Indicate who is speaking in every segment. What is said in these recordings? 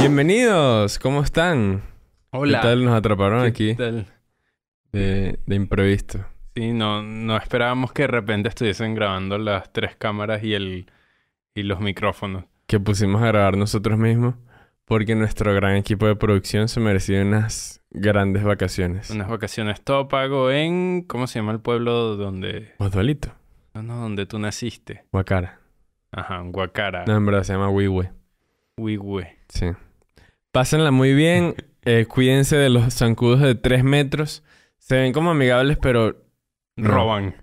Speaker 1: Bienvenidos, ¿cómo están?
Speaker 2: Hola.
Speaker 1: ¿Qué tal nos atraparon
Speaker 2: ¿Qué
Speaker 1: aquí
Speaker 2: tal?
Speaker 1: de, de imprevisto?
Speaker 2: Sí, no, no esperábamos que de repente estuviesen grabando las tres cámaras y el y los micrófonos.
Speaker 1: Que pusimos a grabar nosotros mismos porque nuestro gran equipo de producción se merecía unas grandes vacaciones.
Speaker 2: Unas vacaciones todo pago en ¿cómo se llama el pueblo donde
Speaker 1: Osvalito,
Speaker 2: no, no, donde tú naciste?
Speaker 1: Guacara.
Speaker 2: Ajá, en Guacara,
Speaker 1: No, en verdad se llama Huihue.
Speaker 2: Huihue.
Speaker 1: Sí. Pásenla muy bien. eh, cuídense de los zancudos de 3 metros. Se ven como amigables, pero... no.
Speaker 2: Roban.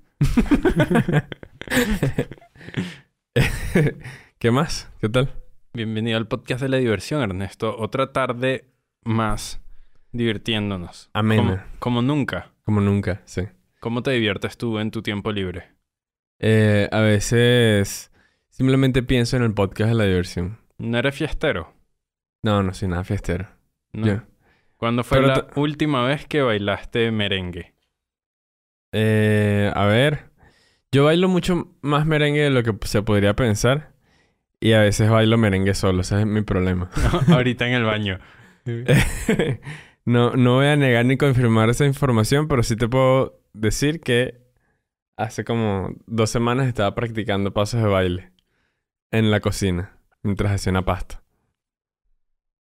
Speaker 1: ¿Qué más? ¿Qué tal?
Speaker 2: Bienvenido al podcast de la diversión, Ernesto. Otra tarde más divirtiéndonos. Como,
Speaker 1: Amena.
Speaker 2: como nunca.
Speaker 1: Como nunca, sí.
Speaker 2: ¿Cómo te diviertes tú en tu tiempo libre?
Speaker 1: Eh, a veces simplemente pienso en el podcast de la diversión.
Speaker 2: ¿No eres fiestero?
Speaker 1: No, no soy nada fiestero.
Speaker 2: No.
Speaker 1: Ya.
Speaker 2: ¿Cuándo fue
Speaker 1: Pero
Speaker 2: la última vez que bailaste merengue?
Speaker 1: Eh, a ver, yo bailo mucho más merengue de lo que se podría pensar. Y a veces bailo merengue solo, ese es mi problema.
Speaker 2: Ahorita en el baño.
Speaker 1: no, no voy a negar ni confirmar esa información, pero sí te puedo decir que hace como dos semanas estaba practicando pasos de baile en la cocina mientras hacía una pasta.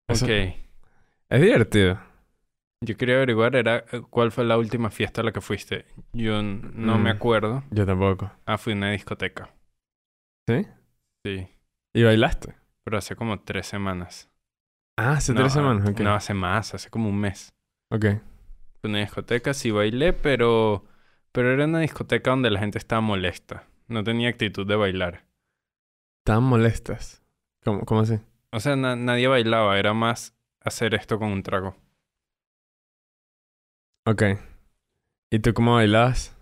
Speaker 1: Eso-
Speaker 2: Ok.
Speaker 1: Es divertido.
Speaker 2: Yo quería averiguar era eh, cuál fue la última fiesta a la que fuiste. Yo n- no me
Speaker 1: Mm.
Speaker 2: acuerdo.
Speaker 1: Yo tampoco.
Speaker 2: Ah, fui a una discoteca.
Speaker 1: ¿Sí?
Speaker 2: Sí.
Speaker 1: ¿Y bailaste?
Speaker 2: Pero hace como tres semanas.
Speaker 1: Ah, hace
Speaker 2: No,
Speaker 1: tres
Speaker 2: ah,
Speaker 1: semanas, ok.
Speaker 2: No, hace más, hace como un mes.
Speaker 1: Ok.
Speaker 2: Fui a una discoteca, sí bailé, pero... Pero era una discoteca donde la gente estaba molesta. No tenía actitud de bailar.
Speaker 1: Tan molestas. ¿Cómo, cómo así?
Speaker 2: O sea, na- nadie bailaba. Era más hacer esto con un trago.
Speaker 1: Ok. ¿Y tú cómo bailabas?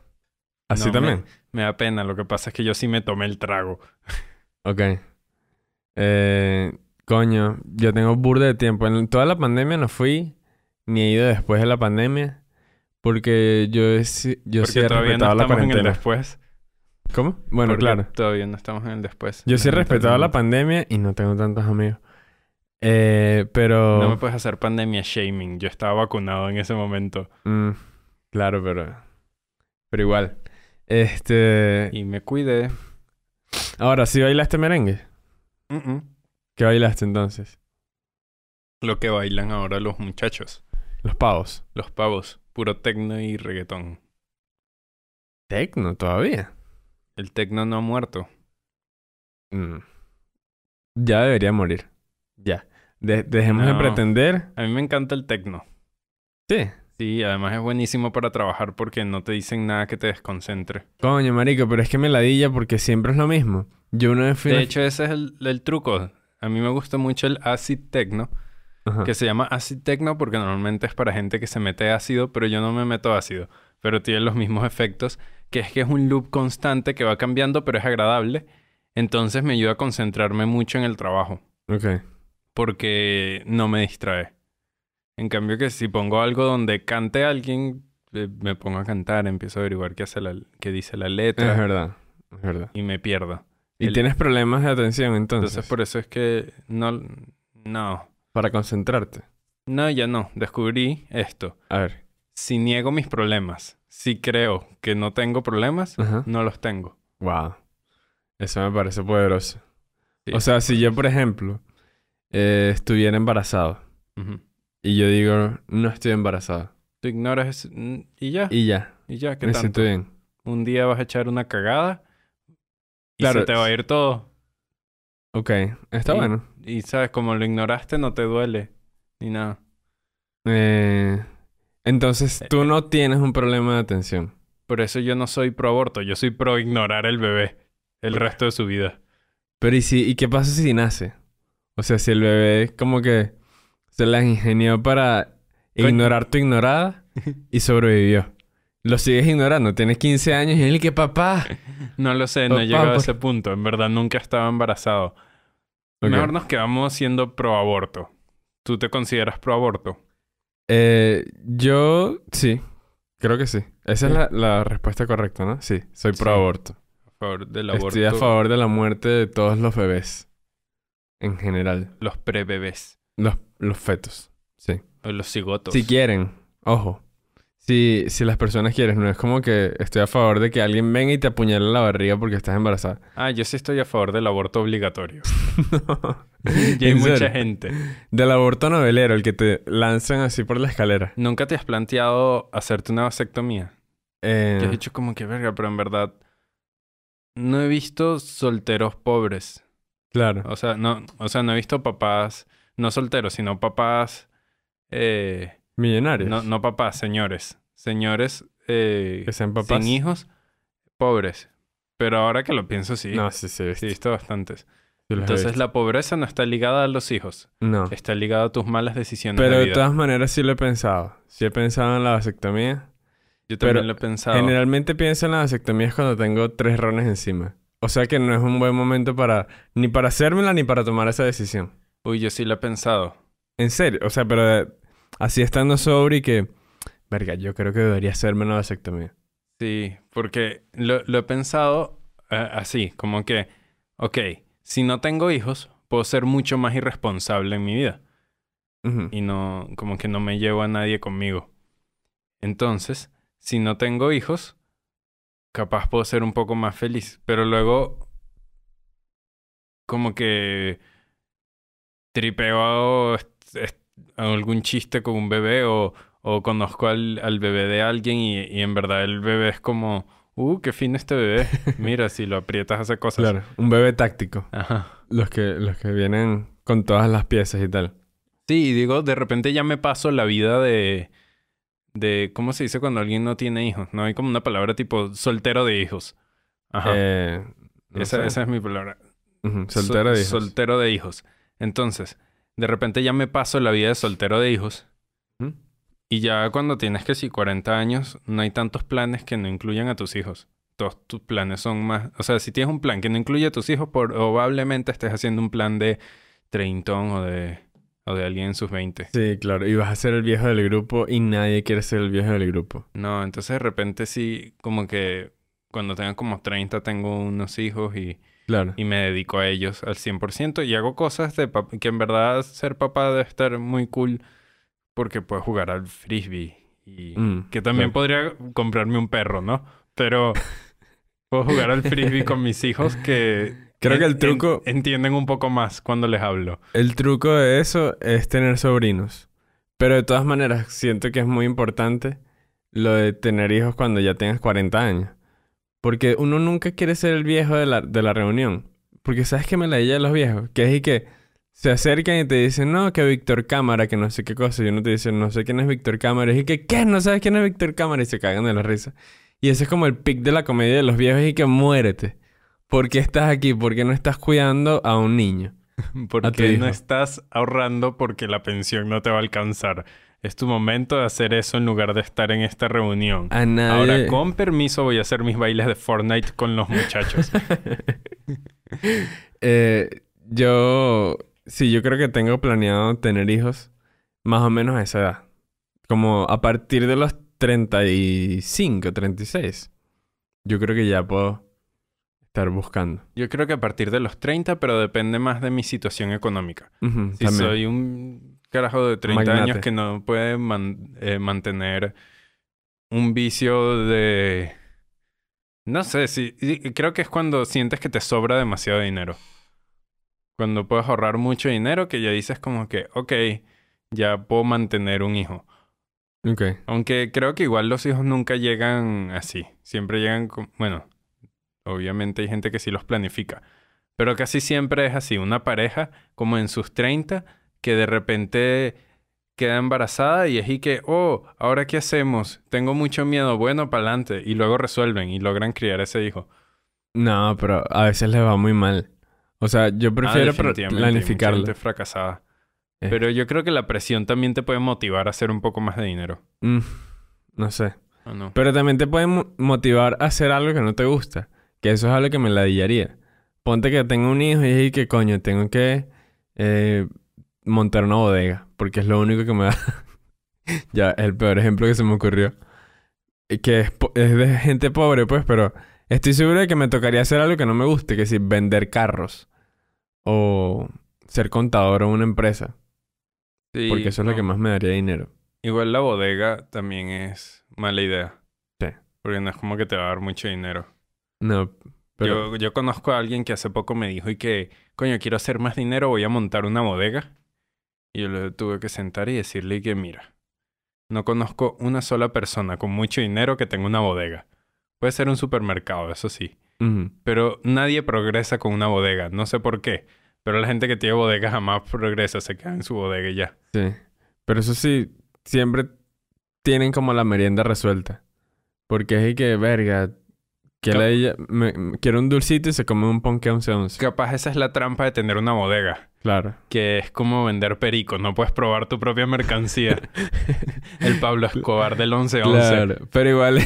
Speaker 1: ¿Así
Speaker 2: No,
Speaker 1: también?
Speaker 2: Me da pena. Lo que pasa es que yo sí me tomé el trago.
Speaker 1: Ok. Eh, coño, yo tengo burda de tiempo. En toda la pandemia no fui, ni he ido después de la pandemia, porque yo, he si- yo sí
Speaker 2: porque
Speaker 1: he
Speaker 2: todavía no
Speaker 1: respetado la
Speaker 2: estamos en el
Speaker 1: cuarentena.
Speaker 2: después.
Speaker 1: ¿Cómo? Bueno,
Speaker 2: Porque
Speaker 1: claro.
Speaker 2: Todavía no estamos en el después.
Speaker 1: Yo sí he respetado la
Speaker 2: Lamentablemente.
Speaker 1: pandemia y no tengo tantos amigos. Eh, pero...
Speaker 2: No me puedes hacer pandemia shaming. Yo estaba vacunado en ese momento
Speaker 1: Mm, claro, pero. Pero igual. Este.
Speaker 2: y me cuidé.
Speaker 1: Ahora, ¿sí bailaste merengue?
Speaker 2: Mm-mm.
Speaker 1: ¿Qué bailaste entonces?
Speaker 2: Lo que bailan ahora los muchachos,
Speaker 1: Los pavos.
Speaker 2: los pavos, puro tecno y reggaetón.
Speaker 1: Tecno todavía.
Speaker 2: El tecno no ha muerto.
Speaker 1: Mm. Ya debería morir. Ya. De- dejemos de
Speaker 2: No.
Speaker 1: pretender.
Speaker 2: A mí me encanta el tecno.
Speaker 1: Sí.
Speaker 2: Sí, además es buenísimo para trabajar porque no te dicen nada que te desconcentre.
Speaker 1: Coño, marico, pero es que me ladilla porque siempre es lo mismo. Yo una vez fui. a
Speaker 2: De
Speaker 1: una-
Speaker 2: hecho, ese es el, el truco. A mí me gusta mucho el acid techno,
Speaker 1: Ajá.
Speaker 2: que se llama acid techno porque normalmente es para gente que se mete ácido, pero yo no me meto ácido. Pero tiene los mismos efectos, que es que es un loop constante que va cambiando, pero es agradable. Entonces me ayuda a concentrarme mucho en el trabajo,
Speaker 1: Ok.
Speaker 2: porque no me distrae. En cambio que si pongo algo donde cante alguien, eh, me pongo a cantar, empiezo a averiguar qué, hace la, qué dice la
Speaker 1: Es
Speaker 2: letra
Speaker 1: verdad. Es verdad.
Speaker 2: y me pierdo.
Speaker 1: Y
Speaker 2: El-
Speaker 1: tienes problemas de atención entonces.
Speaker 2: Entonces por eso es que no... No.
Speaker 1: Para concentrarte.
Speaker 2: No, ya no. Descubrí esto.
Speaker 1: A ver.
Speaker 2: Si niego mis problemas, si creo que no tengo problemas,
Speaker 1: Ajá.
Speaker 2: no los tengo.
Speaker 1: Wow. Eso me parece poderoso.
Speaker 2: Sí.
Speaker 1: O sea, si yo, por ejemplo, eh, estuviera embarazado
Speaker 2: Ujú.
Speaker 1: y yo digo, no estoy embarazado.
Speaker 2: Tú ignoras eso, mm, y ya, y,
Speaker 1: Y ya,
Speaker 2: ya, ¿qué
Speaker 1: me
Speaker 2: tanto?
Speaker 1: siento bien.
Speaker 2: Un día vas a echar una cagada y
Speaker 1: Claro.
Speaker 2: se te va a ir todo.
Speaker 1: Ok, está
Speaker 2: Y-
Speaker 1: bueno.
Speaker 2: Y sabes, como lo ignoraste, no te duele ni nada.
Speaker 1: Eh,
Speaker 2: Eh,
Speaker 1: entonces, tú no tienes un problema de atención.
Speaker 2: Por eso yo no soy pro aborto, yo soy pro ignorar el bebé el resto de su vida.
Speaker 1: Pero ¿y, si, ¿y qué pasa si nace? O sea, si el bebé como que se las ingenió para
Speaker 2: Coño.
Speaker 1: ignorar tu ignorada y sobrevivió. Lo sigues ignorando. Tienes 15 años y él que papá.
Speaker 2: No lo sé, no
Speaker 1: Papá,
Speaker 2: he llegado a
Speaker 1: por-
Speaker 2: ese punto. En verdad, nunca estaba embarazado.
Speaker 1: Ok.
Speaker 2: Mejor nos quedamos siendo pro aborto. ¿Tú te consideras pro aborto?
Speaker 1: Eh, yo sí, creo que sí. Esa es
Speaker 2: Sí.
Speaker 1: la, la respuesta correcta, ¿no? Sí, soy pro
Speaker 2: Sí,
Speaker 1: aborto.
Speaker 2: A favor del aborto.
Speaker 1: Estoy a favor de la muerte de todos los bebés. En general.
Speaker 2: Los prebebés.
Speaker 1: Los los fetos. Sí.
Speaker 2: O Los cigotos.
Speaker 1: Si quieren, ojo. Si, si las personas quieren, no es como que estoy a favor de que alguien venga y te apuñale la barriga porque estás embarazada.
Speaker 2: Ah, yo sí estoy a favor del aborto obligatorio.
Speaker 1: No.
Speaker 2: y hay
Speaker 1: ¿En
Speaker 2: mucha
Speaker 1: serio?
Speaker 2: gente.
Speaker 1: Del aborto novelero, el que te lanzan así por la escalera.
Speaker 2: ¿Nunca te has planteado hacerte una vasectomía?
Speaker 1: Eh,
Speaker 2: Que has dicho como que verga, pero en verdad no he visto solteros pobres.
Speaker 1: Claro.
Speaker 2: O sea, no, o sea, no he visto papás, no solteros, sino papás, eh,
Speaker 1: Millonarios.
Speaker 2: no, no papás, señores. Señores eh,
Speaker 1: Que sean papás.
Speaker 2: sin hijos, pobres. Pero ahora que lo pienso, sí.
Speaker 1: No, sí, sí.
Speaker 2: Sí, he
Speaker 1: sí,
Speaker 2: visto bastantes.
Speaker 1: sí los he
Speaker 2: Entonces
Speaker 1: visto.
Speaker 2: la pobreza no está ligada a los hijos,
Speaker 1: No.
Speaker 2: está ligada a tus malas decisiones
Speaker 1: Pero
Speaker 2: de
Speaker 1: de
Speaker 2: vida.
Speaker 1: todas maneras sí lo he pensado. Sí he pensado en la vasectomía.
Speaker 2: Yo también
Speaker 1: pero
Speaker 2: lo he pensado.
Speaker 1: Generalmente pienso en las vasectomías cuando tengo tres rones encima. O sea que no es un buen momento para... Ni para hacérmela ni para tomar esa decisión.
Speaker 2: Uy, yo sí lo he pensado.
Speaker 1: En serio, o sea, pero eh, así estando sobre y que, verga, yo creo que debería hacerme una vasectomía.
Speaker 2: Sí, porque lo, lo he pensado eh, así, como que, ok, si no tengo hijos, puedo ser mucho más irresponsable en mi vida
Speaker 1: Ujú.
Speaker 2: y no, como que no me llevo a nadie conmigo. Entonces, si no tengo hijos, capaz puedo ser un poco más feliz, pero luego, como que tripeo a, est- a algún chiste con un bebé o, o conozco al, al bebé de alguien y, y en verdad el bebé es como, uh, qué fino este bebé. Mira, si lo aprietas hace cosas.
Speaker 1: Claro, un bebé táctico.
Speaker 2: Ajá.
Speaker 1: Los que, los que vienen con todas las piezas y tal.
Speaker 2: Sí, y digo, de repente ya me paso la vida de, de, ¿cómo se dice cuando alguien no tiene hijos? No hay como una palabra tipo soltero de hijos. Ajá.
Speaker 1: Eh, no
Speaker 2: esa,
Speaker 1: sé.
Speaker 2: esa es mi palabra.
Speaker 1: Ujú, Soltero
Speaker 2: Sol-
Speaker 1: de hijos.
Speaker 2: Soltero de hijos. Entonces, de repente ya me paso la vida de soltero de hijos.
Speaker 1: Ujú.
Speaker 2: Y ya cuando tienes que sí 40 años, no hay tantos planes que no incluyan a tus hijos. Todos tus planes son más... O sea, si tienes un plan que no incluye a tus hijos, probablemente estés haciendo un plan de treintón o de, o de alguien en sus 20.
Speaker 1: Sí, claro. Y vas a ser el viejo del grupo y nadie quiere ser el viejo del grupo.
Speaker 2: No, entonces de repente sí, como que cuando tenga como 30 tengo unos hijos y,
Speaker 1: Claro.
Speaker 2: y me dedico a ellos al 100% y hago cosas de pap- que en verdad ser papá debe estar muy cool porque puedo jugar al frisbee y
Speaker 1: Mm,
Speaker 2: que también
Speaker 1: claro.
Speaker 2: podría comprarme un perro, ¿no? Pero puedo jugar al frisbee con mis hijos que
Speaker 1: Creo que el
Speaker 2: en-
Speaker 1: truco-
Speaker 2: en- entienden un poco más cuando les hablo.
Speaker 1: El truco de eso es tener sobrinos. Pero de todas maneras, siento que es muy importante lo de tener hijos cuando ya tengas 40 años. Porque uno nunca quiere ser el viejo de la, de la reunión. Porque sabes que me la de los viejos. Que es y que se acercan y te dicen, no, que Víctor Cámara, que no sé qué cosa. Y uno te dice, no sé quién es Víctor Cámara. Y que, ¿qué? ¿No sabes quién es Víctor Cámara? Y se cagan de la risa. Y ese es como el pic de la comedia de los viejos y que muérete. ¿Por qué estás aquí? ¿Por qué no estás cuidando a un niño?
Speaker 2: Porque
Speaker 1: hijo.
Speaker 2: no estás ahorrando porque la pensión no te va a alcanzar. Es tu momento de hacer eso en lugar de estar en esta reunión.
Speaker 1: A nadie.
Speaker 2: Ahora, con permiso, voy a hacer mis bailes de Fortnite con los muchachos.
Speaker 1: Eh, yo, sí, yo creo que tengo planeado tener hijos más o menos a esa edad. Como a partir de los 35, 36. Yo creo que ya puedo estar buscando.
Speaker 2: Yo creo que a partir de los 30, pero depende más de mi situación económica.
Speaker 1: Ujú,
Speaker 2: Si
Speaker 1: también.
Speaker 2: soy un carajo de 30
Speaker 1: Magnate.
Speaker 2: años que no puede man- eh, mantener un vicio de... No sé, si, y- y creo que es cuando sientes que te sobra demasiado dinero. Cuando puedes ahorrar mucho dinero que ya dices como que, ok, ya puedo mantener un hijo.
Speaker 1: Ok.
Speaker 2: Aunque creo que igual los hijos nunca llegan así. Siempre llegan con... Bueno, obviamente hay gente que sí los planifica. Pero casi siempre es así. Una pareja como en sus 30 que de repente queda embarazada y es y que, oh, ¿ahora qué hacemos? Tengo mucho miedo. Bueno, para adelante. Y luego resuelven y logran criar ese hijo. Ah,
Speaker 1: No, pero a veces les va muy mal. O sea, yo prefiero pro-
Speaker 2: definitivamente, hay mucha
Speaker 1: planificarlo.
Speaker 2: gente fracasada.
Speaker 1: Eh.
Speaker 2: Pero yo creo que la presión también te puede motivar a hacer un poco más de dinero.
Speaker 1: Mm, no sé.
Speaker 2: ¿O no?
Speaker 1: Pero también te pueden mo- motivar a hacer algo que no te gusta. Que eso es algo que me ladillaría. Ponte que tengo un hijo y dije que coño, tengo que eh, montar una bodega. Porque es lo único que me da. ya, el peor ejemplo que se me ocurrió. Y Que es, po- es de gente pobre, pues, pero estoy seguro de que me tocaría hacer algo que no me guste. Que si vender carros. O ser contador en una empresa.
Speaker 2: Sí,
Speaker 1: Porque eso es lo
Speaker 2: no.
Speaker 1: que más me daría dinero.
Speaker 2: Igual la bodega también es mala idea.
Speaker 1: Sí.
Speaker 2: Porque no es como que te va a dar mucho dinero.
Speaker 1: No, pero...
Speaker 2: Yo, yo conozco a alguien que hace poco me dijo y que, coño, quiero hacer más dinero, voy a montar una bodega. Y yo le tuve que sentar y decirle que, mira, no conozco una sola persona con mucho dinero que tenga una bodega. Puede ser un supermercado, eso sí.
Speaker 1: Ujú.
Speaker 2: Pero nadie progresa con una bodega, no sé por qué. Pero la gente que tiene bodegas jamás progresa, se queda en su bodega y ya.
Speaker 1: Sí. Pero eso sí, siempre tienen como la merienda resuelta. Porque es y que, verga, que
Speaker 2: Cap-
Speaker 1: la ella, me- me- quiero un dulcito y se come un ponque 11-11.
Speaker 2: Capaz esa es la trampa de tener una bodega.
Speaker 1: Claro.
Speaker 2: que es como vender perico, no puedes probar tu propia mercancía. El Pablo Escobar del 1111.
Speaker 1: Claro. Pero igual,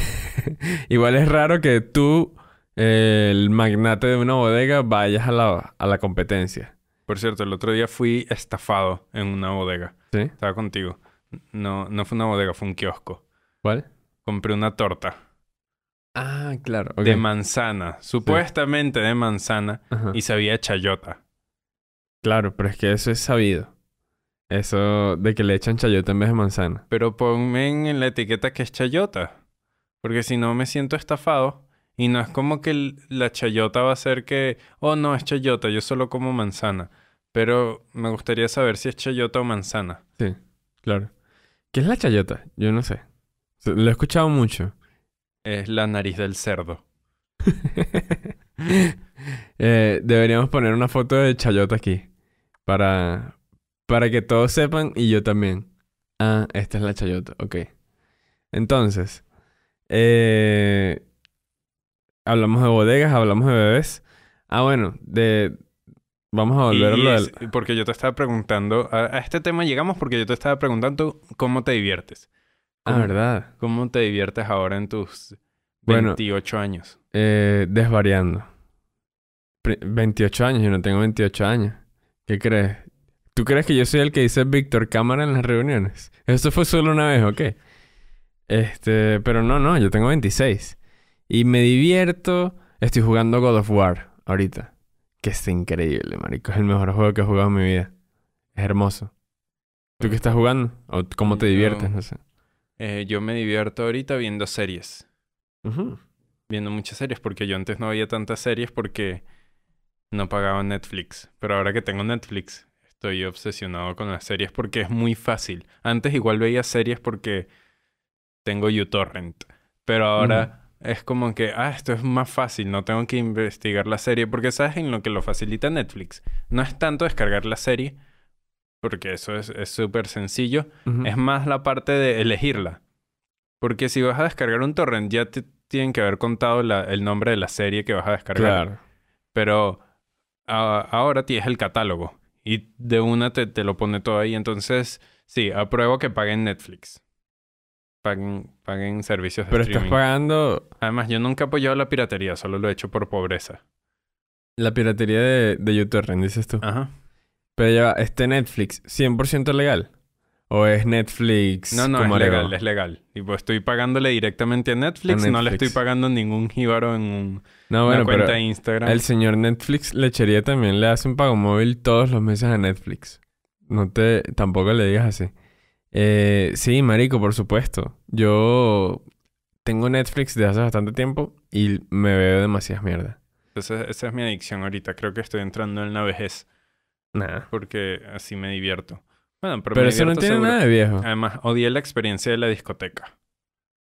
Speaker 1: igual es raro que tú, eh, el magnate de una bodega, vayas a la, a la competencia.
Speaker 2: Por cierto, el otro día fui estafado en una bodega.
Speaker 1: ¿Sí?
Speaker 2: Estaba contigo. No, no fue una bodega, fue un kiosco.
Speaker 1: ¿Cuál?
Speaker 2: Compré una torta
Speaker 1: Ah, claro. ok.
Speaker 2: de manzana, supuestamente de manzana,
Speaker 1: Ajá.
Speaker 2: y sabía a chayota.
Speaker 1: Claro, pero es que eso es sabido. Eso de que le echan chayote en vez de manzana.
Speaker 2: Pero ponme en la etiqueta que es chayota. Porque si no me siento estafado. Y no es como que el- la chayota va a ser que, oh no, es chayota, yo solo como manzana. Pero me gustaría saber si es chayota o manzana.
Speaker 1: Claro. ¿Qué es la chayota? Yo no sé. Se- Lo he escuchado mucho.
Speaker 2: Es la nariz del cerdo.
Speaker 1: Eh, deberíamos poner una foto de chayota aquí. Para, para que todos sepan y yo también. Ah, esta es la chayota. Ok. Entonces, eh, hablamos de bodegas, hablamos de bebés. Ah, bueno, de... Vamos a volver a
Speaker 2: Y
Speaker 1: lo
Speaker 2: es-
Speaker 1: del...
Speaker 2: porque yo te estaba preguntando, a, a este tema llegamos porque yo te estaba preguntando cómo te diviertes.
Speaker 1: Ah, verdad.
Speaker 2: ¿Cómo te diviertes ahora en tus
Speaker 1: Bueno.
Speaker 2: 28 años?
Speaker 1: Eh, desvariando. Pri- 28 años, yo no tengo 28 años. ¿Qué crees? ¿Tú crees que yo soy el que dice Víctor Cámara en las reuniones? Eso fue solo una vez, ¿ok? Este, pero no, no, yo tengo 26. Y me divierto. Estoy jugando God of War ahorita. Que es increíble, marico. Es el mejor juego que he jugado en mi vida. Es hermoso. ¿Tú qué estás jugando? ¿O cómo te
Speaker 2: Yo-
Speaker 1: diviertes? No sé.
Speaker 2: Eh, yo me divierto ahorita viendo series. viendo muchas series, porque yo antes no veía tantas series porque no pagaba Netflix. Pero ahora que tengo Netflix, estoy obsesionado con las series porque es muy fácil. Antes igual veía series porque tengo uTorrent. Pero ahora es como que, ah, esto es más fácil, no tengo que investigar la serie. Porque sabes en lo que lo facilita Netflix. No es tanto descargar la serie, porque eso es es súper sencillo.
Speaker 1: Ujú.
Speaker 2: Es más la parte de elegirla. Porque si vas a descargar un torrent, ya te tienen que haber contado la- el nombre de la serie que vas a descargar.
Speaker 1: Claro.
Speaker 2: Pero a- ahora tienes el catálogo. Y de una te, te lo pone todo ahí. Entonces, sí, apruebo que paguen Netflix. Paguen, paguen servicios de
Speaker 1: Pero estás
Speaker 2: streaming.
Speaker 1: pagando
Speaker 2: Además, yo nunca he apoyado la piratería, solo lo he hecho por pobreza.
Speaker 1: La piratería de, de YouTube, dices tú.
Speaker 2: Ajá.
Speaker 1: Pero ya, va, ¿este Netflix 100% legal? ¿O es Netflix
Speaker 2: No, no, es
Speaker 1: como agregado?
Speaker 2: legal, es legal. Y pues estoy pagándole directamente a Netflix, no le
Speaker 1: Netflix.
Speaker 2: estoy pagando ningún jíbaro en un-
Speaker 1: No,
Speaker 2: una
Speaker 1: bueno,
Speaker 2: cuenta
Speaker 1: pero
Speaker 2: de Instagram.
Speaker 1: el señor Netflix Lechería también le hace un pago móvil todos los meses a Netflix. No te... Tampoco le digas así. Eh, sí, marico, por supuesto. Yo tengo Netflix desde hace bastante tiempo y me veo demasiadas mierdas.
Speaker 2: Entonces, esa es mi adicción ahorita. Creo que estoy entrando en la vejez
Speaker 1: Nada.
Speaker 2: porque así me divierto. Bueno, pero,
Speaker 1: Pero
Speaker 2: me
Speaker 1: eso no
Speaker 2: divierto
Speaker 1: tiene
Speaker 2: seguro.
Speaker 1: nada de viejo.
Speaker 2: Además, odié la experiencia de la discoteca.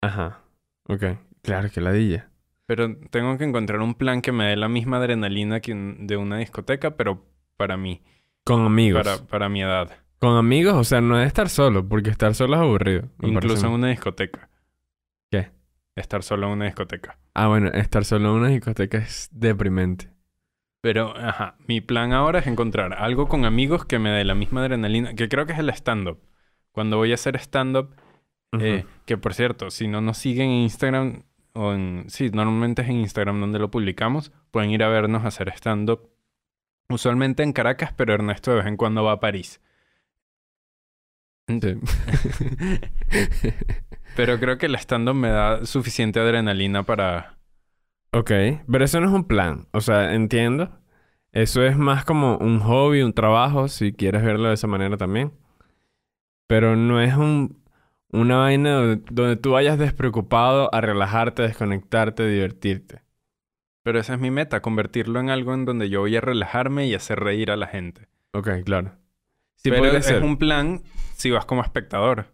Speaker 1: Ajá. Ok. Claro, que ladilla.
Speaker 2: Pero tengo que encontrar un plan que me dé la misma adrenalina que un- de una discoteca, pero para mí,
Speaker 1: Con amigos.
Speaker 2: para, para mi edad.
Speaker 1: Con amigos, o sea, no es estar solo, porque estar solo es aburrido. me
Speaker 2: Incluso
Speaker 1: parece a
Speaker 2: en
Speaker 1: mí.
Speaker 2: una discoteca.
Speaker 1: ¿Qué?
Speaker 2: Estar solo en una discoteca.
Speaker 1: Ah, bueno, estar solo en una discoteca es deprimente.
Speaker 2: Pero, ajá, mi plan ahora es encontrar algo con amigos que me dé la misma adrenalina, que creo que es el stand-up. Cuando voy a hacer stand-up, Eh, que por cierto, si no nos siguen en Instagram, o en, sí, normalmente es en Instagram donde lo publicamos, pueden ir a vernos a hacer stand-up. Usualmente en Caracas, pero Ernesto de vez en cuando va a París.
Speaker 1: Ujú. Sí.
Speaker 2: Pero creo que el stand-up me da suficiente adrenalina para...
Speaker 1: ok, pero eso no es un plan, o sea, entiendo. Eso es más como un hobby, un trabajo, si quieres verlo de esa manera también. Pero no es un, una vaina donde, donde tú vayas despreocupado a relajarte, desconectarte, divertirte.
Speaker 2: Pero esa es mi meta, convertirlo en algo en donde yo voy a relajarme y hacer reír a la gente.
Speaker 1: Ok, claro. Sí
Speaker 2: Pero
Speaker 1: puede
Speaker 2: es
Speaker 1: ser.
Speaker 2: un plan si vas como espectador.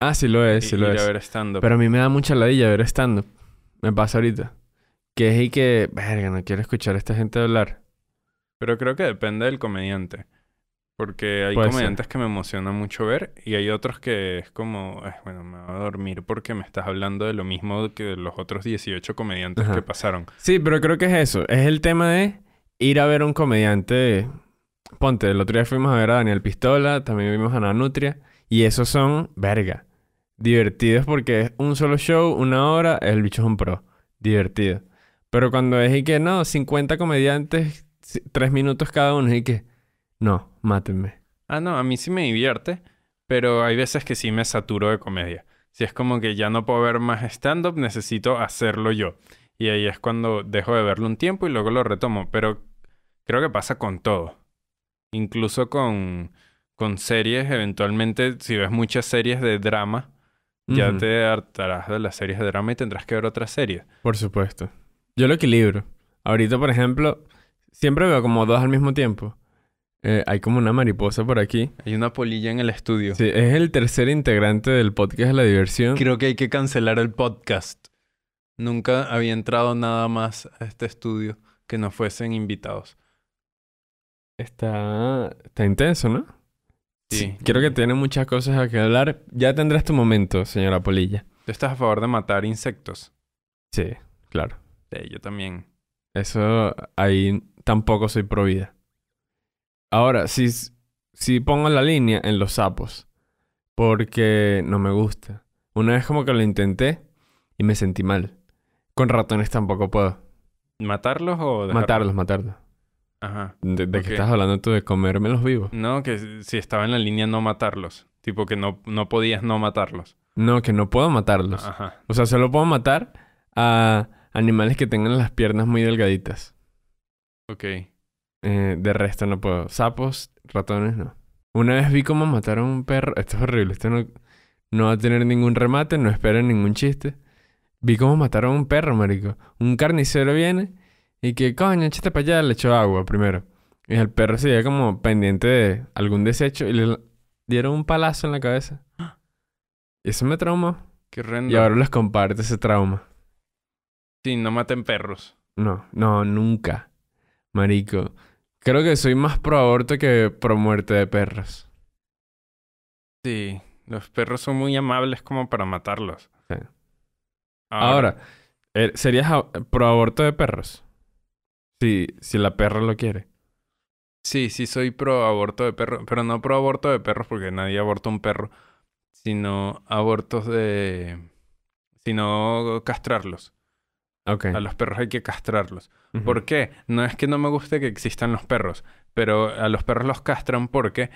Speaker 1: Ah, sí lo es,
Speaker 2: y-
Speaker 1: sí lo
Speaker 2: ir
Speaker 1: es.
Speaker 2: a ver stand-up.
Speaker 1: Pero a mí me da mucha ladilla ver stand-up. Me pasa ahorita. Que es y que, verga, no quiero escuchar a esta gente hablar.
Speaker 2: Pero creo que depende del comediante. Porque hay
Speaker 1: Puede ser.
Speaker 2: comediantes que me emociona mucho ver y hay otros que es como, "Ay, bueno, me voy a dormir porque me estás hablando de lo mismo que los otros 18 comediantes
Speaker 1: Ajá.
Speaker 2: que pasaron.
Speaker 1: Sí, pero creo que es eso. Es el tema de ir a ver a un comediante. Ponte, el otro día fuimos a ver a Daniel Pistola, también vimos a Nanutria. Y esos son, verga, divertidos porque es un solo show, una hora, el bicho es un pro. Divertido. Pero cuando es y que no, 50 comediantes, si- tres minutos cada uno, y que no, mátenme.
Speaker 2: Ah, no, a mí sí me divierte, pero hay veces que sí me saturo de comedia. Si es como que ya no puedo ver más stand-up, necesito hacerlo yo. Y ahí es cuando dejo de verlo un tiempo y luego lo retomo. Pero creo que pasa con todo. Incluso con, con series, eventualmente, si ves muchas series de drama, ya
Speaker 1: Ujú.
Speaker 2: te hartarás de las series de drama y tendrás que ver otras series.
Speaker 1: Por supuesto. Yo lo equilibro. Ahorita, por ejemplo, siempre veo como dos al mismo tiempo. Eh, hay como una mariposa por aquí.
Speaker 2: Hay una polilla en el estudio.
Speaker 1: Sí, es el tercer integrante del podcast de la diversión.
Speaker 2: Creo que hay que cancelar el podcast. Nunca había entrado nada más a este estudio que no fuesen invitados.
Speaker 1: Está, está intenso, ¿no?
Speaker 2: Sí.
Speaker 1: Creo que tiene muchas cosas a que hablar. Ya tendrás tu momento, señora Polilla.
Speaker 2: ¿Tú estás a favor de matar insectos?
Speaker 1: Sí, claro.
Speaker 2: Sí, yo también.
Speaker 1: Eso ahí tampoco soy pro vida. Ahora, si, s- si pongo la línea en los sapos, porque no me gusta. Una vez como que lo intenté y me sentí mal. Con ratones tampoco puedo.
Speaker 2: ¿Matarlos o dejarlos?
Speaker 1: Matarlos, matarlos.
Speaker 2: Ajá.
Speaker 1: ¿De, de
Speaker 2: Ok.
Speaker 1: qué estás hablando tú? De comérmelos vivos.
Speaker 2: No, que s- si estaba en la línea no matarlos. Tipo que no, no podías no matarlos.
Speaker 1: No, que no puedo matarlos.
Speaker 2: Ajá.
Speaker 1: O sea, solo puedo matar a animales que tengan las piernas muy delgaditas.
Speaker 2: Ok.
Speaker 1: Eh, de resto no puedo. Sapos, ratones, no. Una vez vi cómo mataron a un perro. Esto es horrible. Esto no, no va a tener ningún remate. No esperen ningún chiste. Vi cómo mataron a un perro, marico. Un carnicero viene y que, coño, échate para allá. Le echó agua primero. Y el perro se veía como pendiente de algún desecho y le la- dieron un palazo en la cabeza. Y eso me traumó.
Speaker 2: Qué rendo.
Speaker 1: Y ahora les comparte ese trauma.
Speaker 2: Sí, no maten perros.
Speaker 1: No, no, nunca. Marico. Creo que soy más pro aborto que pro muerte de perros.
Speaker 2: Sí. Los perros son muy amables como para matarlos.
Speaker 1: Sí. Ahora, eh, ¿serías a- pro aborto de perros? Si, si la perra lo quiere.
Speaker 2: Sí, sí soy pro aborto de perros, pero no pro aborto de perros porque nadie aborta un perro, sino abortos de... sino castrarlos.
Speaker 1: Ok.
Speaker 2: A los perros hay que castrarlos.
Speaker 1: Ujú.
Speaker 2: ¿Por qué? No es que no me guste que existan los perros, pero a los perros los castran porque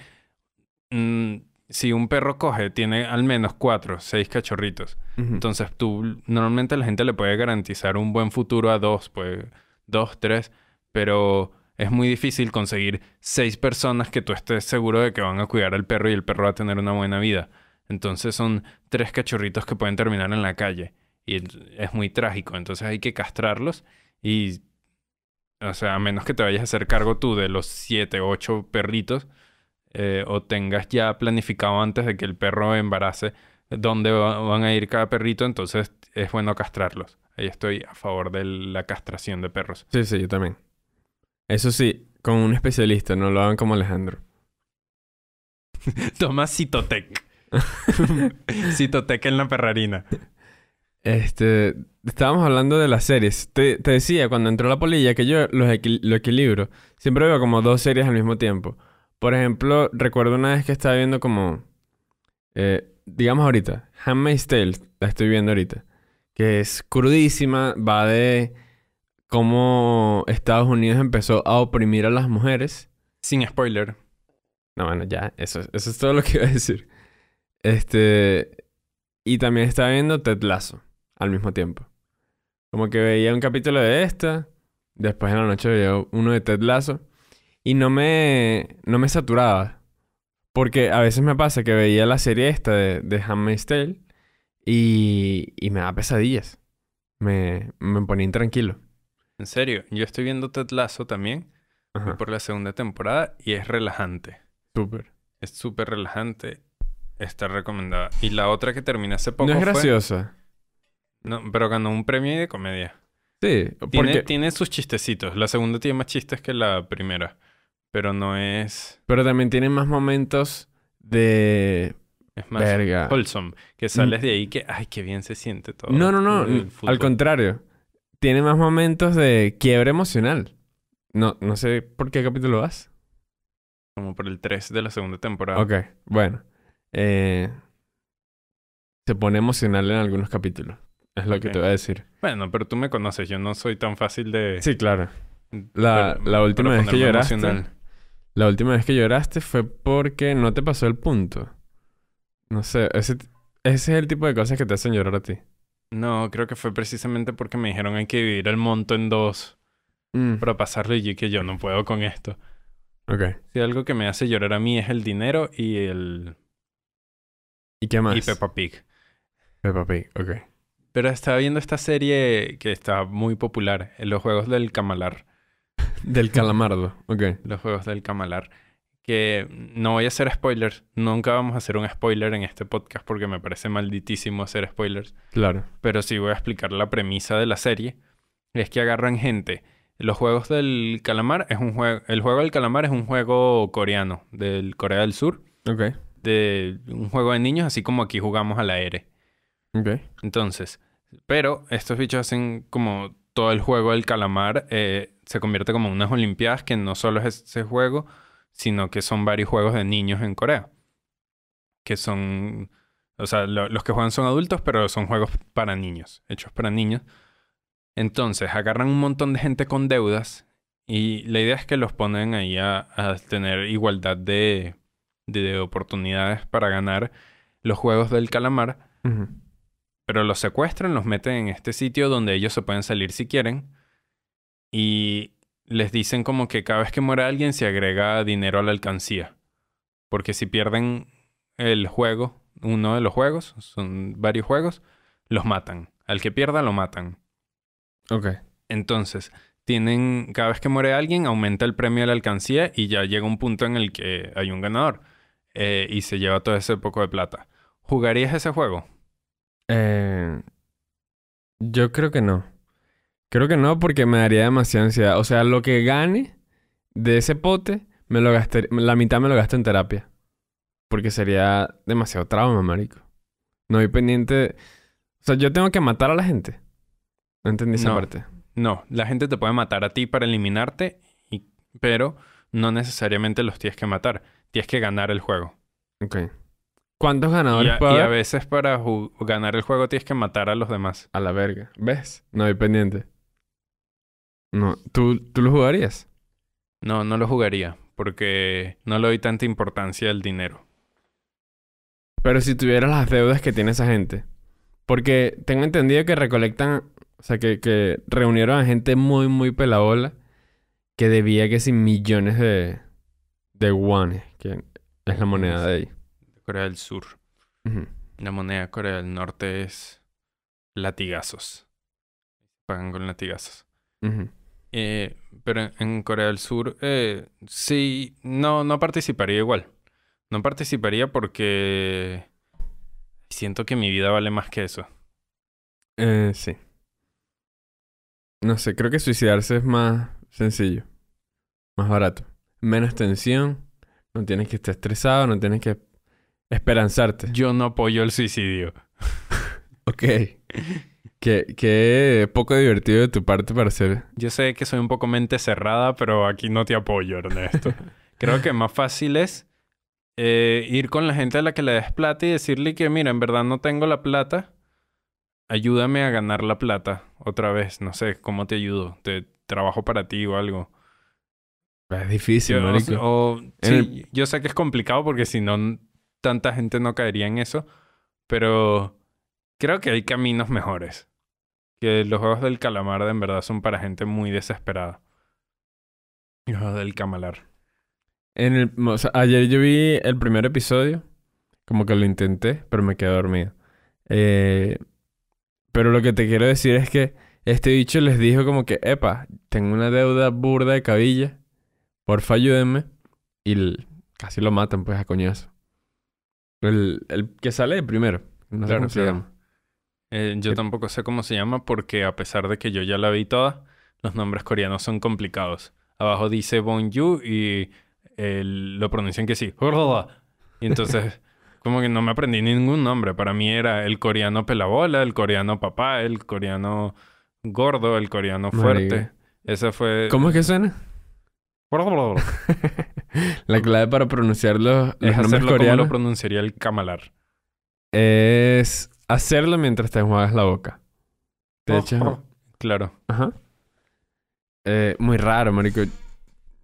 Speaker 2: mm, si un perro coge, tiene al menos cuatro, seis cachorritos.
Speaker 1: Ujú.
Speaker 2: Entonces tú, normalmente la gente le puede garantizar un buen futuro a dos, pues dos, tres, pero es muy difícil conseguir seis personas que tú estés seguro de que van a cuidar al perro y el perro va a tener una buena vida. Entonces son tres cachorritos que pueden terminar en la calle y el- es muy trágico. Entonces hay que castrarlos y, o sea, a menos que te vayas a hacer cargo tú de los siete, ocho perritos eh, o tengas ya planificado antes de que el perro embarace dónde va- van a ir cada perrito, entonces es bueno castrarlos. Ahí estoy a favor de la castración de perros.
Speaker 1: Sí, sí, yo también. Eso sí, con un especialista, no lo hagan como Alejandro.
Speaker 2: Toma Citotec. Citotec en la perrarina.
Speaker 1: Este, estábamos hablando de las series. Te, te decía cuando entró la polilla que yo los equi- lo equilibro. Siempre veo como dos series al mismo tiempo. Por ejemplo, recuerdo una vez que estaba viendo como, eh, digamos ahorita, Handmaid's Tale, la estoy viendo ahorita, que es crudísima, va de cómo Estados Unidos empezó a oprimir a las mujeres.
Speaker 2: Sin spoiler.
Speaker 1: No, bueno, ya, eso, eso es todo lo que iba a decir. Este. Y también estaba viendo Ted Lasso al mismo tiempo. Como que veía un capítulo de esta, después en la noche veía uno de Ted Lasso, y no me, no me saturaba. Porque a veces me pasa que veía la serie esta de, de Handmaid's Tale y, y me da pesadillas. Me, me ponía intranquilo.
Speaker 2: En serio, yo estoy viendo Ted Lasso también voy
Speaker 1: Ajá.
Speaker 2: por la segunda temporada y es relajante.
Speaker 1: Súper.
Speaker 2: Es súper relajante. Está recomendada. Y la otra que terminé hace poco
Speaker 1: No es
Speaker 2: fue-
Speaker 1: graciosa.
Speaker 2: No, pero ganó un premio de comedia.
Speaker 1: Sí.
Speaker 2: Tiene,
Speaker 1: Porque,
Speaker 2: tiene sus chistecitos. La segunda tiene más chistes que la primera. Pero no es...
Speaker 1: pero también tiene más momentos de...
Speaker 2: Es más
Speaker 1: Verga.
Speaker 2: wholesome. Que sales de ahí que... Ay, qué bien se siente todo.
Speaker 1: Mm. No, no, no.
Speaker 2: el
Speaker 1: n-
Speaker 2: fútbol.
Speaker 1: Al contrario. Tiene más momentos de quiebre emocional. No, no sé por qué capítulo vas.
Speaker 2: Como por el 3 de la segunda temporada.
Speaker 1: Ok, bueno. Eh, se pone emocional en algunos capítulos. Es lo que
Speaker 2: Ok.
Speaker 1: te voy a decir.
Speaker 2: Bueno, pero tú me conoces. Yo no soy tan fácil de...
Speaker 1: Sí, claro. La,
Speaker 2: pero-
Speaker 1: la última
Speaker 2: para
Speaker 1: vez que
Speaker 2: ponerme
Speaker 1: lloraste.
Speaker 2: emocional.
Speaker 1: La última vez que lloraste fue porque no te pasó el punto. No sé, ese, t- ese es el tipo de cosas que te hacen llorar a ti.
Speaker 2: No, creo que fue precisamente porque me dijeron hay que dividir el monto en dos
Speaker 1: Mm,
Speaker 2: para pasarlo y yo que yo no puedo con esto.
Speaker 1: Ok.
Speaker 2: Si algo que me hace llorar a mí es el dinero y el
Speaker 1: ¿Y qué más?
Speaker 2: y Peppa Pig.
Speaker 1: Peppa Pig, ok.
Speaker 2: Pero estaba viendo esta serie que está muy popular, eh, los juegos del camalar,
Speaker 1: Del calamardo, ok.
Speaker 2: los juegos del camalar, que no voy a hacer spoilers, nunca vamos a hacer un spoiler en este podcast porque me parece malditísimo hacer spoilers.
Speaker 1: Claro.
Speaker 2: pero sí voy a explicar la premisa de la serie. Es que agarran gente. Los juegos del calamar es un juego. El juego del calamar es un juego coreano, del Corea del Sur,
Speaker 1: Ok,
Speaker 2: de un juego de niños, así como aquí jugamos a la R.
Speaker 1: ok.
Speaker 2: Entonces, pero estos bichos hacen como todo el juego del calamar eh, se convierte como en unas olimpiadas que no solo es ese juego, sino que son varios juegos de niños en Corea. Que son, o sea, lo- los que juegan son adultos, pero son juegos para niños, hechos para niños. Entonces, agarran un montón de gente con deudas y la idea es que los ponen ahí a, a tener igualdad de, de oportunidades para ganar los juegos del calamar.
Speaker 1: Ujú.
Speaker 2: Pero los secuestran, los meten en este sitio donde ellos se pueden salir si quieren. Y les dicen como que cada vez que muera alguien se agrega dinero a la alcancía. Porque si pierden el juego, uno de los juegos, son varios juegos, los matan. Al que pierda lo matan.
Speaker 1: Ok.
Speaker 2: Entonces, tienen, cada vez que muere alguien, aumenta el premio de la alcancía y ya llega un punto en el que hay un ganador. Eh, y se lleva todo ese poco de plata. ¿Jugarías ese juego?
Speaker 1: Eh, yo creo que no. Creo que no porque me daría demasiada ansiedad. O sea, lo que gane de ese pote, me lo gasté, la mitad me lo gasto en terapia. Porque sería demasiado trauma, marico. No voy pendiente... O sea, yo tengo que matar a la gente. No entendí esa
Speaker 2: No.
Speaker 1: parte.
Speaker 2: No, la gente te puede matar a ti para eliminarte, y- pero no necesariamente los tienes que matar. Tienes que ganar el juego.
Speaker 1: Ok. ¿Cuántos
Speaker 2: Y
Speaker 1: ganadores
Speaker 2: a,
Speaker 1: puede
Speaker 2: y a
Speaker 1: haber?
Speaker 2: veces para ju- ganar el juego tienes que matar a los demás.
Speaker 1: A la verga. ¿Ves? No voy pendiente. No. ¿Tú, tú lo jugarías?
Speaker 2: No, no lo jugaría, porque no le doy tanta importancia al dinero.
Speaker 1: Pero si tuvieras las deudas que tiene esa gente. Porque tengo entendido que recolectan, o sea, que, que reunieron a gente muy, muy pelabola que debía que sin millones de, de guanes, que es la moneda de ahí.
Speaker 2: Corea del Sur.
Speaker 1: Ujú.
Speaker 2: La moneda de Corea del Norte es latigazos. Pagan con latigazos.
Speaker 1: Ujú.
Speaker 2: Eh, pero en- en Corea del Sur, eh, sí, no, no participaría igual. No participaría porque siento que mi vida vale más que eso.
Speaker 1: Eh, sí. No sé, creo que suicidarse es más sencillo, más barato. Menos tensión, no tienes que estar estresado, no tienes que esperanzarte.
Speaker 2: Yo no apoyo el suicidio.
Speaker 1: Ok. qué, qué poco divertido de tu parte para ser.
Speaker 2: Yo sé que soy un poco mente cerrada, pero aquí no te apoyo, Ernesto. Creo que más fácil es eh, ir con la gente a la que le des plata y decirle que, mira, en verdad no tengo la plata. Ayúdame a ganar la plata otra vez. No sé cómo te ayudo. Te trabajo para ti o algo.
Speaker 1: Es difícil,
Speaker 2: Yo,
Speaker 1: marico.
Speaker 2: o- sí,
Speaker 1: el-
Speaker 2: yo sé que es complicado porque si no, n- tanta gente no caería en eso. Pero creo que hay caminos mejores. Que los juegos del calamar de en verdad son para gente muy desesperada. Los juegos del camalar.
Speaker 1: En el, o sea, ayer yo vi el primer episodio, como que lo intenté, pero me quedé dormido. Eh, pero lo que te quiero decir es que este bicho les dijo como que, epa, tengo una deuda burda de cabilla, porfa ayúdenme. Y l- casi lo matan pues a coñazo. El, el que sale de primero. No sé
Speaker 2: Claro,
Speaker 1: cómo se
Speaker 2: claro.
Speaker 1: llama.
Speaker 2: Eh, yo
Speaker 1: Que-
Speaker 2: tampoco sé cómo se llama porque a pesar de que yo ya la vi toda, los nombres coreanos son complicados. Abajo dice Bonju y eh, lo pronuncian que sí. Y entonces, como que no me aprendí ningún nombre. Para mí era el coreano pelabola, el coreano papá, el coreano gordo, el coreano fuerte.
Speaker 1: Marica.
Speaker 2: Ese fue...
Speaker 1: ¿Cómo es que suena? La clave para pronunciar los, los
Speaker 2: Es
Speaker 1: nombres
Speaker 2: hacerlo como lo
Speaker 1: coreanos
Speaker 2: pronunciaría el camalar.
Speaker 1: es hacerlo mientras te enjuagas la boca. Te echas...
Speaker 2: Claro.
Speaker 1: Ajá. Eh, muy raro, marico.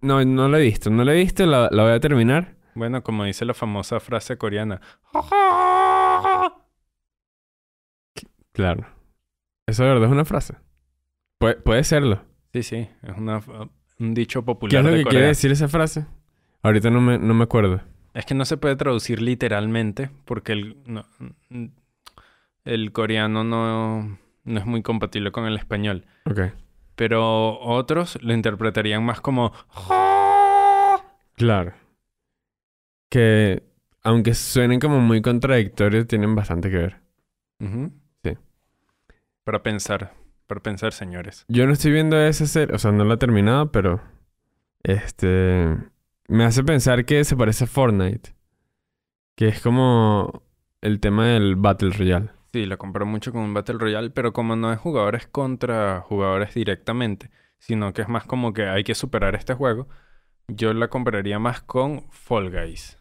Speaker 1: No, no lo he visto. No lo he visto. La, la voy a terminar.
Speaker 2: Bueno, como dice la famosa frase coreana.
Speaker 1: Claro. Eso de verdad es una frase. Puede, puede serlo.
Speaker 2: Sí, sí, es una, un dicho
Speaker 1: ¿Qué es
Speaker 2: popular
Speaker 1: lo
Speaker 2: de
Speaker 1: que
Speaker 2: Corea.
Speaker 1: quiere decir esa frase? Ahorita no me, no me acuerdo.
Speaker 2: Es que no se puede traducir literalmente porque el, no- el coreano no, no es muy compatible con el español.
Speaker 1: Ok.
Speaker 2: Pero otros lo interpretarían más como...
Speaker 1: Claro. Que aunque suenen como muy contradictorios, tienen bastante que ver.
Speaker 2: Ujú.
Speaker 1: Sí.
Speaker 2: Para pensar, para pensar, señores.
Speaker 1: Yo no estoy viendo esa serie. O sea, no la he terminado, pero... Este... Me hace pensar que se parece a Fortnite. Que es como el tema del Battle Royale.
Speaker 2: Sí, la comparo mucho con un Battle Royale, pero como no es jugadores contra jugadores directamente, sino que es más como que hay que superar este juego, yo la compararía más con Fall Guys.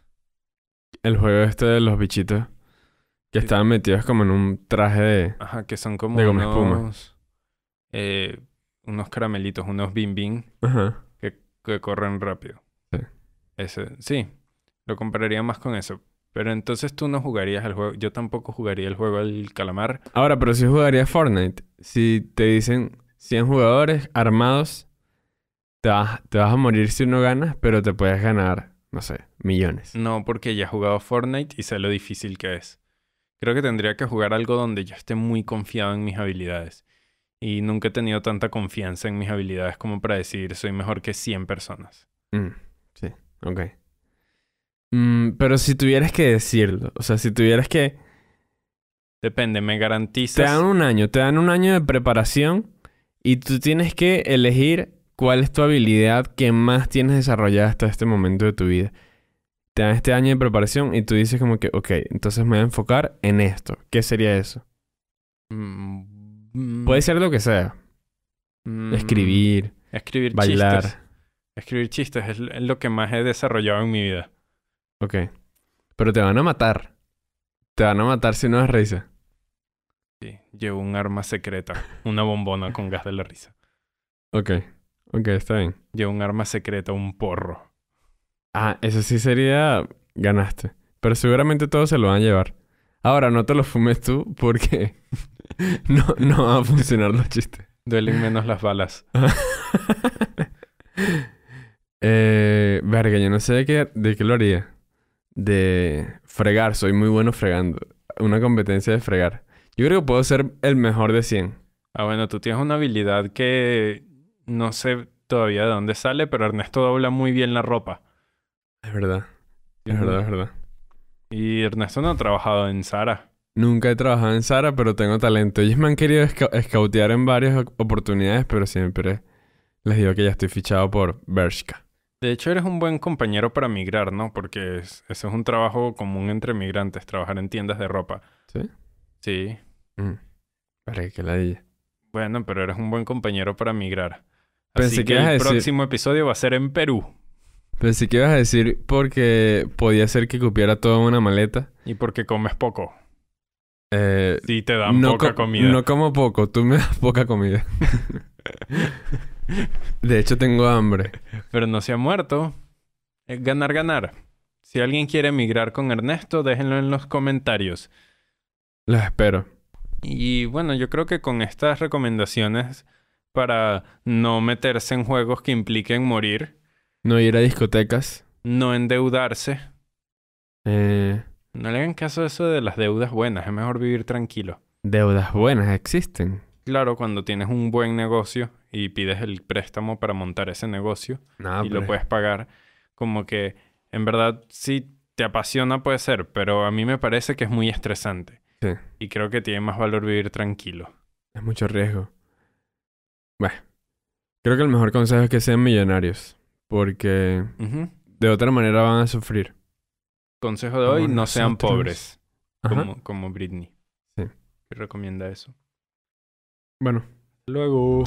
Speaker 1: El juego este de los bichitos. Que
Speaker 2: Sí.
Speaker 1: estaban metidos como en un traje de...
Speaker 2: Ajá, que son como
Speaker 1: De goma espuma.
Speaker 2: unos, eh, unos caramelitos, unos bim bim
Speaker 1: Ajá.
Speaker 2: que corren rápido.
Speaker 1: Sí.
Speaker 2: Ese, sí, lo compararía más con eso. Pero entonces tú no jugarías el juego. Yo tampoco jugaría el juego del calamar.
Speaker 1: Ahora, pero si jugaría Fortnite, si te dicen 100 jugadores armados, te vas, te vas a morir si no ganas, pero te puedes ganar, no sé, millones.
Speaker 2: No, porque ya he jugado Fortnite y sé lo difícil que es. Creo que tendría que jugar algo donde yo esté muy confiado en mis habilidades. Y nunca he tenido tanta confianza en mis habilidades como para decir soy mejor que 100 personas.
Speaker 1: Mm, sí, ok. Mm, pero si tuvieras que decirlo, o sea, si tuvieras que...
Speaker 2: Depende, me
Speaker 1: Te
Speaker 2: garantizas...
Speaker 1: dan un año, te dan un año de preparación y tú tienes que elegir cuál es tu habilidad que más tienes desarrollada hasta este momento de tu vida. Te dan este año de preparación y tú dices como que, ok, entonces me voy a enfocar en esto. ¿Qué sería eso?
Speaker 2: Mm,
Speaker 1: Puede ser lo que sea.
Speaker 2: mm,
Speaker 1: Escribir,
Speaker 2: Escribir
Speaker 1: bailar.
Speaker 2: chistes. Escribir chistes es l- es lo que más he desarrollado en mi vida.
Speaker 1: Ok. Pero te van a matar. Te van a matar si no das risa.
Speaker 2: Sí, llevo un arma secreta, una bombona con gas de la risa.
Speaker 1: Ok. Ok, está bien.
Speaker 2: Llevo un arma secreta, un porro.
Speaker 1: Ah, eso sí sería... Ganaste. Pero seguramente todos se lo van a llevar. Ahora, no te lo fumes tú porque... no, no van a funcionar los chistes.
Speaker 2: Duelen menos las balas.
Speaker 1: eh, verga, yo no sé de qué, de qué lo haría. De fregar. Soy muy bueno fregando. Una competencia de fregar. Yo creo que puedo ser el mejor de 100.
Speaker 2: Ah, bueno, tú tienes una habilidad que no sé todavía de dónde sale, pero Ernesto dobla muy bien la ropa.
Speaker 1: Es verdad. Es verdad, es verdad.
Speaker 2: Y Ernesto no ha trabajado en Sara.
Speaker 1: Nunca he trabajado en Sara, pero tengo talento. Ellos me han querido esca- escautear en varias o- oportunidades, pero siempre les digo que ya estoy fichado por Bershka.
Speaker 2: De hecho, eres un buen compañero para migrar, ¿no? Porque es- eso es un trabajo común entre migrantes, trabajar en tiendas de ropa.
Speaker 1: ¿Sí?
Speaker 2: Sí.
Speaker 1: Para que la diga.
Speaker 2: Bueno, pero eres un buen compañero para migrar.
Speaker 1: Pensé
Speaker 2: Así
Speaker 1: que
Speaker 2: que, el
Speaker 1: ibas a decir-
Speaker 2: próximo episodio va a ser en Perú.
Speaker 1: Pensé que ibas a decir porque podía ser que cupiera todo en una maleta.
Speaker 2: Y porque comes poco.
Speaker 1: Eh,
Speaker 2: Sí, te dan poca
Speaker 1: co-
Speaker 2: comida.
Speaker 1: no como poco, tú me das poca comida. De hecho, tengo hambre.
Speaker 2: Pero no se ha muerto. Es ganar, ganar. Si alguien quiere emigrar con Ernesto, déjenlo en los comentarios.
Speaker 1: Los espero.
Speaker 2: Y bueno, yo creo que con estas recomendaciones para no meterse en juegos que impliquen morir,
Speaker 1: No ir a discotecas.
Speaker 2: no endeudarse.
Speaker 1: Eh,
Speaker 2: No le hagan caso a eso de las deudas buenas, es mejor vivir tranquilo.
Speaker 1: deudas buenas existen.
Speaker 2: Claro, cuando tienes un buen negocio y pides el préstamo para montar ese negocio
Speaker 1: Nada,
Speaker 2: y lo puedes pagar, como que en verdad si te apasiona puede ser, pero a mí me parece que es muy estresante.
Speaker 1: Sí.
Speaker 2: Y creo que tiene más valor vivir tranquilo.
Speaker 1: Es mucho riesgo. Bueno, creo que el mejor consejo es que sean millonarios. Porque
Speaker 2: Ujú.
Speaker 1: de otra manera van a sufrir.
Speaker 2: Consejo de hoy,
Speaker 1: Como
Speaker 2: no sean
Speaker 1: nosotros.
Speaker 2: pobres,
Speaker 1: Ajá.
Speaker 2: como, como Britney.
Speaker 1: Sí.
Speaker 2: Recomienda eso.
Speaker 1: Bueno.
Speaker 2: Luego.